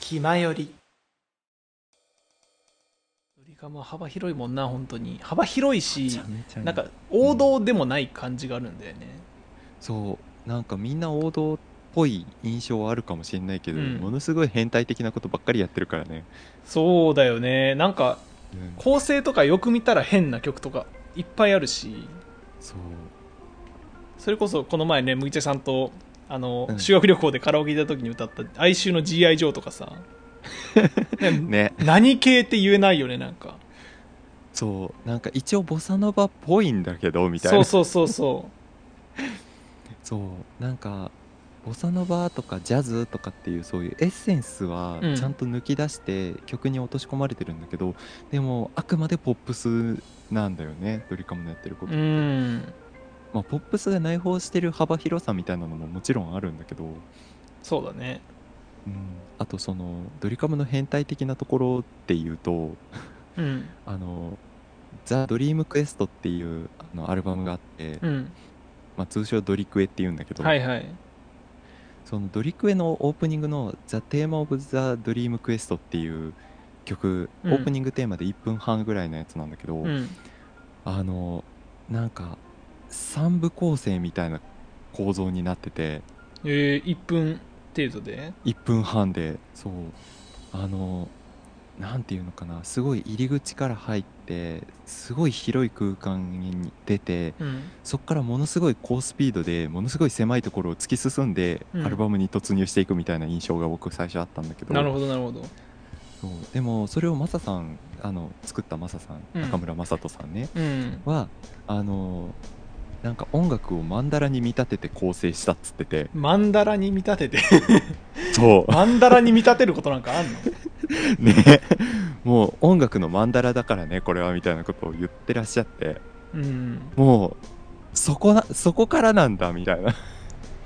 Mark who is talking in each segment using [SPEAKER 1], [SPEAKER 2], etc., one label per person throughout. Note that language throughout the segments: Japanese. [SPEAKER 1] 気まよりドリカムは幅広いもんな本当に幅広いしなんか王道でもない感じがあるんだよね、
[SPEAKER 2] そうなんかみんな王道っぽい印象はあるかもしれないけど、
[SPEAKER 1] うん
[SPEAKER 2] ものすごい変態的なことばっかりやってるからね、
[SPEAKER 1] そうだよねなんか
[SPEAKER 2] うん
[SPEAKER 1] 構成とかよく見たら変な曲とかいっぱいあるし
[SPEAKER 2] そう
[SPEAKER 1] それこそこの前ね麦茶さんとあの、
[SPEAKER 2] うん
[SPEAKER 1] 修学旅行でカラオケ行った時に歌った「哀愁の G.I. ジョー」とかさね
[SPEAKER 2] ね
[SPEAKER 1] 何系って言えないよねなんか
[SPEAKER 2] そうなんか一応ボサノバっぽいんだけどみたい
[SPEAKER 1] そう
[SPEAKER 2] な
[SPEAKER 1] そうそうそ
[SPEAKER 2] そうなんかボサノバとかジャズとかっていうそういうエッセンスは
[SPEAKER 1] うん
[SPEAKER 2] ちゃんと抜き出して曲に落とし込まれてるんだけど、でもあくまでポップスなんだよねドリカムのやってるこ
[SPEAKER 1] う
[SPEAKER 2] と、
[SPEAKER 1] うん
[SPEAKER 2] まあ、ポップスが内包してる幅広さみたいなのももちろんあるんだけど、うん、
[SPEAKER 1] そうだね
[SPEAKER 2] あとそのドリカムの変態的なところっていうと
[SPEAKER 1] うん
[SPEAKER 2] あの「ザ・ドリームクエストっていうあのアルバムがあって、
[SPEAKER 1] うん
[SPEAKER 2] まあ、通称ドリクエっていうんだけど、
[SPEAKER 1] はいはい
[SPEAKER 2] そのドリクエのオープニングの「ザ・テーマ・オブ・ザ・ドリーム・クエスト」っていう曲、
[SPEAKER 1] うん
[SPEAKER 2] オープニングテーマで1分半ぐらいのやつなんだけど、
[SPEAKER 1] うん
[SPEAKER 2] あのなんか3部構成みたいな構造になってて
[SPEAKER 1] えー、1分程度で
[SPEAKER 2] 1分半でそうあのなんていうのかなすごい入り口から入ってすごい広い空間に出て
[SPEAKER 1] うん
[SPEAKER 2] そこからものすごい高スピードでものすごい狭いところを突き進んで、
[SPEAKER 1] うん
[SPEAKER 2] アルバムに突入していくみたいな印象が僕最初あったんだけど
[SPEAKER 1] なるほどなるほど
[SPEAKER 2] そうでもそれをマサさんあの作ったマサさん
[SPEAKER 1] うん
[SPEAKER 2] 中村雅人さんね、
[SPEAKER 1] うん
[SPEAKER 2] はあのなんか音楽を曼荼羅に見立てて構成したっつってて
[SPEAKER 1] マンダラに見立て て
[SPEAKER 2] そ
[SPEAKER 1] マンダラに見立てることなんかあんの
[SPEAKER 2] うねもう音楽の曼荼羅だからねこれはみたいなことを言ってらっしゃって
[SPEAKER 1] うん
[SPEAKER 2] もうそこなそこからなんだみたいな
[SPEAKER 1] へ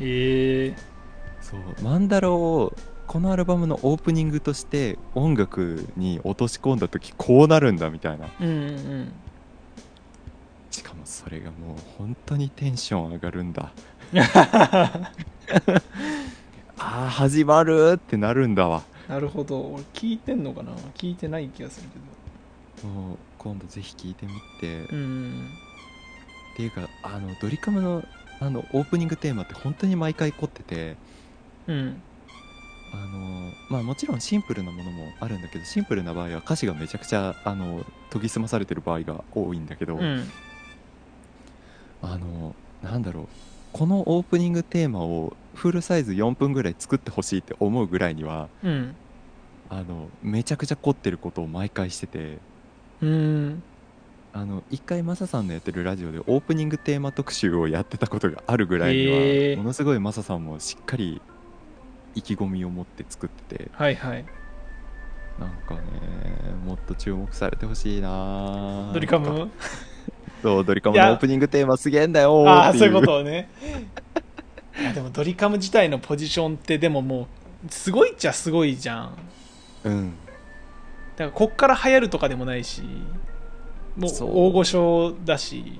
[SPEAKER 1] え
[SPEAKER 2] そう曼荼羅をこのアルバムのオープニングとして音楽に落とし込んだ時こうなるんだみたいな
[SPEAKER 1] うんうん
[SPEAKER 2] しかもそれがもう本当にテンション上がるんだ
[SPEAKER 1] うん
[SPEAKER 2] ああ始まるってなるんだわ
[SPEAKER 1] なるほど俺聞いてんのかな聞いてない気がするけど
[SPEAKER 2] もう今度ぜひ聞いてみて、っ
[SPEAKER 1] うん
[SPEAKER 2] ていうかあのドリカムのあのオープニングテーマって本当に毎回凝ってて
[SPEAKER 1] うん
[SPEAKER 2] あのまあもちろんシンプルなものもあるんだけどシンプルな場合は歌詞がめちゃくちゃあの研ぎ澄まされてる場合が多いんだけど、
[SPEAKER 1] うん
[SPEAKER 2] あのなんだろうこのオープニングテーマをフルサイズ4分ぐらい作ってほしいって思うぐらいには
[SPEAKER 1] うん
[SPEAKER 2] あのめちゃくちゃ凝ってることを毎回してて
[SPEAKER 1] うん
[SPEAKER 2] あの一回マサさんのやってるラジオでオープニングテーマ特集をやってたことがあるぐらいには、
[SPEAKER 1] へー
[SPEAKER 2] ものすごいマサさんもしっかり意気込みを持って作ってて
[SPEAKER 1] はいはい
[SPEAKER 2] なんかねもっと注目されてほしいな
[SPEAKER 1] ドリカ
[SPEAKER 2] なんか
[SPEAKER 1] ム
[SPEAKER 2] そうドリカム
[SPEAKER 1] いや
[SPEAKER 2] のオープニングテーマすげえんだよー
[SPEAKER 1] ああ
[SPEAKER 2] って
[SPEAKER 1] そういうことをね いやでもドリカム自体のポジションってでももうすごいっちゃすごいじゃん
[SPEAKER 2] うん
[SPEAKER 1] だからこっから流行るとかでもないしもう
[SPEAKER 2] そう
[SPEAKER 1] 大御所だし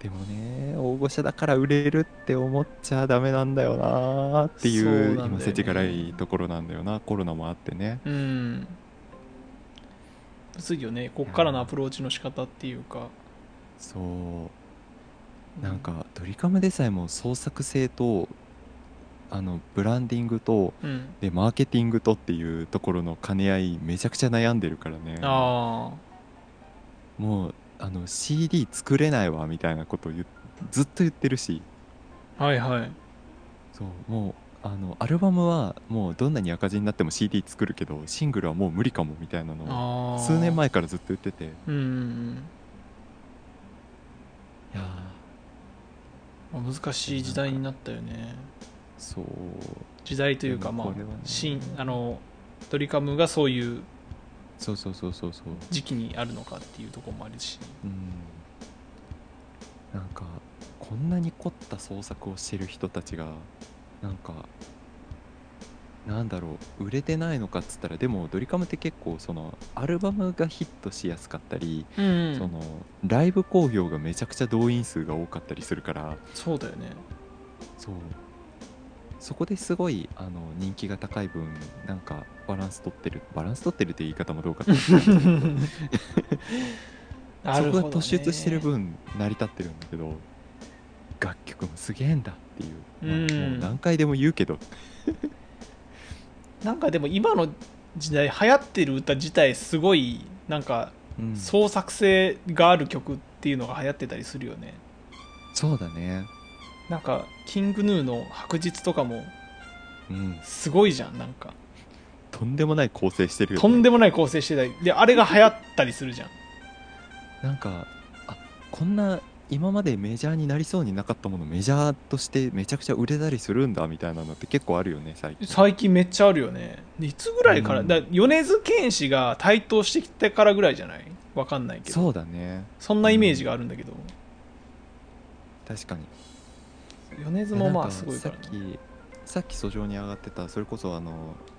[SPEAKER 2] でもね大御所だから売れるって思っちゃダメなんだよなーってい
[SPEAKER 1] そうな
[SPEAKER 2] う
[SPEAKER 1] だ
[SPEAKER 2] ん
[SPEAKER 1] よね
[SPEAKER 2] 今世知辛いところなんだよなコロナもあってね
[SPEAKER 1] うんむずいよねこっからのアプローチの仕方っていうか
[SPEAKER 2] そうなんかドリカムでさえも創作性とあのブランディングと
[SPEAKER 1] うん
[SPEAKER 2] でマーケティングとっていうところの兼ね合いめちゃくちゃ悩んでるからね
[SPEAKER 1] ああ
[SPEAKER 2] もうあの CD 作れないわみたいなことを言っずっと言ってるし
[SPEAKER 1] はいはい
[SPEAKER 2] そうもうあのアルバムはもうどんなに赤字になっても CD 作るけどシングルはもう無理かもみたいなの
[SPEAKER 1] あ
[SPEAKER 2] を
[SPEAKER 1] あ
[SPEAKER 2] 数年前からずっと言っててい
[SPEAKER 1] うんうん
[SPEAKER 2] やー
[SPEAKER 1] うんまあ難しい時代になったよね
[SPEAKER 2] そう
[SPEAKER 1] 時代というか
[SPEAKER 2] でも
[SPEAKER 1] まあ
[SPEAKER 2] これはね
[SPEAKER 1] 新あのドリカムがそういう
[SPEAKER 2] そうそうそうそうそう
[SPEAKER 1] 時期にあるのかっていうところもあるし
[SPEAKER 2] うんなんかこんなに凝った創作をしてる人たちがなんかなんだろう売れてないのかっつったらでもドリカムって結構そのアルバムがヒットしやすかったり、
[SPEAKER 1] うん、
[SPEAKER 2] そのライブ興行がめちゃくちゃ動員数が多かったりするから
[SPEAKER 1] そうだよね
[SPEAKER 2] そうそこですごいあの人気が高い分なんかバランス取ってるバランス取ってるって言い方もどうかと思ったんですけど
[SPEAKER 1] な
[SPEAKER 2] そ
[SPEAKER 1] る
[SPEAKER 2] こ
[SPEAKER 1] ほ
[SPEAKER 2] が
[SPEAKER 1] ど、ね、
[SPEAKER 2] 突出してる分成り立ってるんだけど楽曲もすげえんだっていう、
[SPEAKER 1] うん
[SPEAKER 2] もう何回でも言うけど
[SPEAKER 1] なんかでも今の時代流行ってる歌自体すごいなんか
[SPEAKER 2] うん
[SPEAKER 1] 創作性がある曲っていうのが流行ってたりするよね
[SPEAKER 2] そうだね
[SPEAKER 1] なんかキングヌーの「白日」とかも
[SPEAKER 2] うん
[SPEAKER 1] すごいじゃんなんか
[SPEAKER 2] とんでもない構成してるよ、ね、
[SPEAKER 1] とんでもない構成してたりであれが流行ったりするじゃん
[SPEAKER 2] なんかあこんな今までメジャーになりそうになかったものメジャーとしてめちゃくちゃ売れたりするんだみたいなのって結構あるよね最近
[SPEAKER 1] 最近めっちゃあるよねでいつぐらいから、
[SPEAKER 2] うん
[SPEAKER 1] だ米津玄師が台頭してきてからぐらいじゃないわかんないけど
[SPEAKER 2] そうだね
[SPEAKER 1] そんなイメージがあるんだけど、
[SPEAKER 2] 確かに
[SPEAKER 1] 米津
[SPEAKER 2] でな
[SPEAKER 1] も
[SPEAKER 2] ん
[SPEAKER 1] ま
[SPEAKER 2] か
[SPEAKER 1] あすごいから、ね
[SPEAKER 2] さっきさっき訴状に上がってたそれこそあの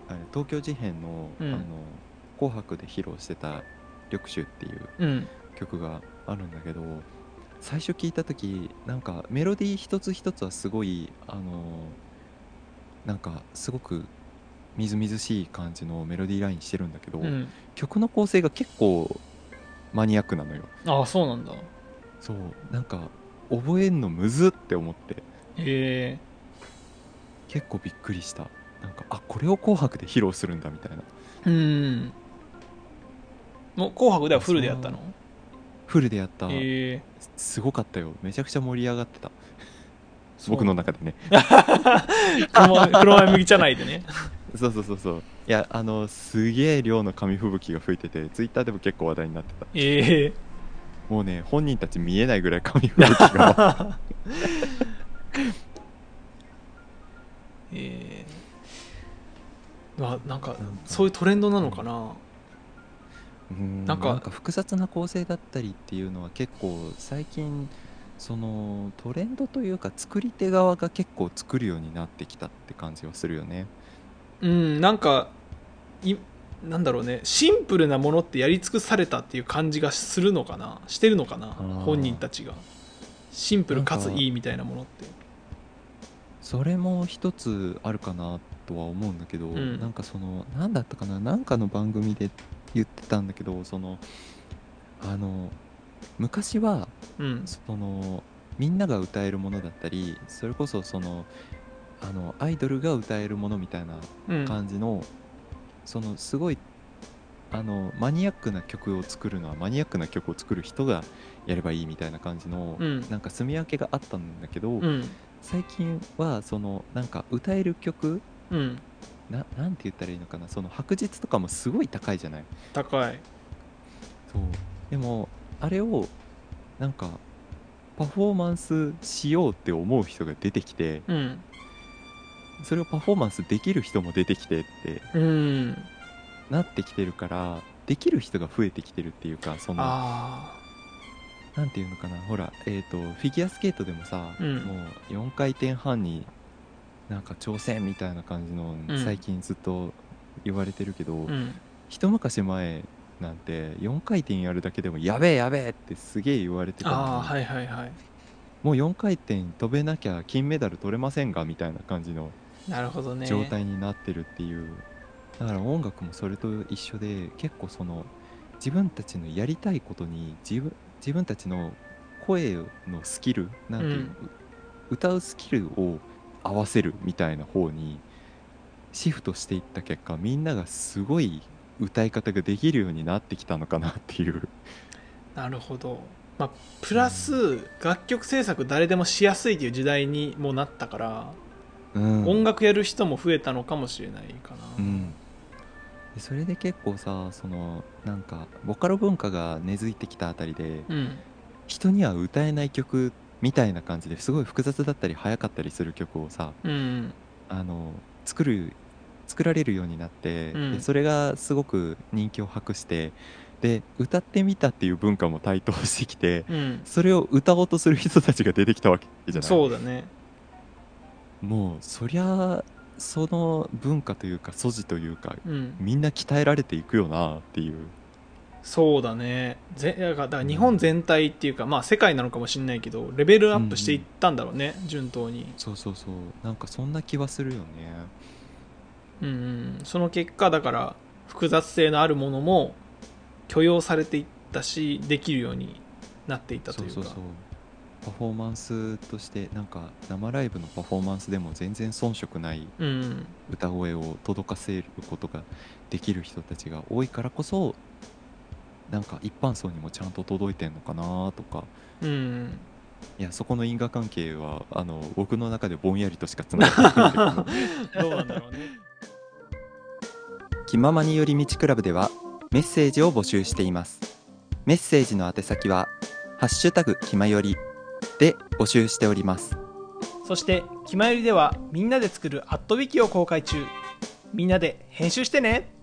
[SPEAKER 2] あれ東京事変の,、
[SPEAKER 1] うん
[SPEAKER 2] あの「紅白」で披露してた「緑秋」っていう
[SPEAKER 1] うん
[SPEAKER 2] 曲があるんだけど最初聞いた時なんかメロディー一つ一つはすごいあのなんかすごくみずみずしい感じのメロディーラインしてるんだけど、
[SPEAKER 1] うん
[SPEAKER 2] 曲の構成が結構マニアックなのよ
[SPEAKER 1] ああそうなんだへ
[SPEAKER 2] そうなんか覚えんのむずって思って
[SPEAKER 1] え
[SPEAKER 2] 結構びっくりしたなんかあこれを「紅白」で披露するんだみたいな
[SPEAKER 1] うんもう紅白」ではフルでやったの
[SPEAKER 2] フルでやった、
[SPEAKER 1] へえ
[SPEAKER 2] すごかったよめちゃくちゃ盛り上がってた僕の中でね
[SPEAKER 1] 車車前麦茶内でね
[SPEAKER 2] そうそうそうそういやあのすげえ量の紙吹雪が吹いててツイッターでも結構話題になってた
[SPEAKER 1] ええ
[SPEAKER 2] もうね本人たち見えないぐらい紙吹雪が
[SPEAKER 1] ええまあなんかそういうトレンドなのかな
[SPEAKER 2] うん
[SPEAKER 1] な
[SPEAKER 2] なんん
[SPEAKER 1] か
[SPEAKER 2] か複雑な構成だったりっていうのは結構最近そのトレンドというか作り手側が結構作るようになってきたって感じはするよね
[SPEAKER 1] うんなんかいなんだろうねシンプルなものってやり尽くされたっていう感じがするのかなしてるのかな
[SPEAKER 2] ー
[SPEAKER 1] 本人たちがシンプルかつ
[SPEAKER 2] なんか
[SPEAKER 1] いいみたいなものって
[SPEAKER 2] それも一つあるかなとは思うんだけど、
[SPEAKER 1] ん
[SPEAKER 2] なんかその何だったかななんかの番組で言ってたんだけどそのあの昔は
[SPEAKER 1] うん
[SPEAKER 2] そのみんなが歌えるものだったりそれこそそのあのアイドルが歌えるものみたいな
[SPEAKER 1] うん
[SPEAKER 2] 感じの、そのすごいあのマニアックな曲を作るのはマニアックな曲を作る人がやればいいみたいな感じの、
[SPEAKER 1] うん
[SPEAKER 2] なんか住み分けがあったんだけど、
[SPEAKER 1] うん
[SPEAKER 2] 最近はそのなんか歌える曲
[SPEAKER 1] うん
[SPEAKER 2] ななんて言ったらいいのかなその白日とかもすごい高いじゃない
[SPEAKER 1] 高い
[SPEAKER 2] そうでもあれをなんかパフォーマンスしようって思う人が出てきて
[SPEAKER 1] うん
[SPEAKER 2] それをパフォーマンスできる人も出てきてって
[SPEAKER 1] うん
[SPEAKER 2] なってきてるからできる人が増えてきてるっていうかその
[SPEAKER 1] あ
[SPEAKER 2] なんていうのかなほら、えー、とフィギュアスケートでもさ、
[SPEAKER 1] うん
[SPEAKER 2] もう4回転半になんか挑戦みたいな感じの
[SPEAKER 1] うん
[SPEAKER 2] 最近ずっと言われてるけど、
[SPEAKER 1] あうん
[SPEAKER 2] 一昔前なんて4回転やるだけでもやべえやべえってすげえ言われてた
[SPEAKER 1] ああ
[SPEAKER 2] のに、
[SPEAKER 1] はいはいはい
[SPEAKER 2] もう4回転飛べなきゃ金メダル取れませんがみたいな感じの
[SPEAKER 1] なるほどね
[SPEAKER 2] 状態になってるっていう、だから音楽もそれと一緒で結構その自分たちのやりたいことに自分自分たちの声のスキルなんていうの、う歌うスキルを合わせるみたいな方にシフトしていった結果みんながすごい歌い方ができるようになってきたのかなっていう
[SPEAKER 1] なるほど、まあ、プラス楽曲制作誰でもしやすいという時代にもうなったから、
[SPEAKER 2] うん
[SPEAKER 1] 音楽やる人も増えたのかもしれないかな、
[SPEAKER 2] うん、でそれで結構さそのなんかボカロ文化が根付いてきたあたりで
[SPEAKER 1] うん
[SPEAKER 2] 人には歌えない曲みたいな感じですごい複雑だったり早かったりする曲をさ
[SPEAKER 1] うん
[SPEAKER 2] あの作る作られるようになって、
[SPEAKER 1] うん
[SPEAKER 2] でそれがすごく人気を博してで歌ってみたっていう文化も台頭してきて
[SPEAKER 1] うん、
[SPEAKER 2] それを歌おうとする人たちが出てきたわけじゃない
[SPEAKER 1] そうだね
[SPEAKER 2] もうそりゃその文化というか素地というか
[SPEAKER 1] うん
[SPEAKER 2] みんな鍛えられていくよなっていう
[SPEAKER 1] そうだねぜだからだから日本全体っていうか、まあ、世界なのかもしれないけどレベルアップしていったんだろうね、順当に、
[SPEAKER 2] そうそうそうなんかそんな気はするよね
[SPEAKER 1] うんうん、その結果だから複雑性のあるものも許容されていったしできるようになっていったと
[SPEAKER 2] そ
[SPEAKER 1] いううか
[SPEAKER 2] そうそうパフォーマンスとしてなんか生ライブのパフォーマンスでも全然遜色ない
[SPEAKER 1] うん
[SPEAKER 2] 歌声を届かせることができる人たちが多いからこそなんか一般層にもちゃんと届いてんのかなとか
[SPEAKER 1] うん
[SPEAKER 2] いやそこの因果関係はあの僕の中でぼんやりとしかつながってないんだけど
[SPEAKER 1] どうなんだろうね
[SPEAKER 2] 気ままに寄り道クラブではメッセージを募集していますメッセージの宛先はハッシュタグ気まよりで募集しております
[SPEAKER 1] そして「きまより」ではみんなで作る「アットウィキを公開中みんなで編集してね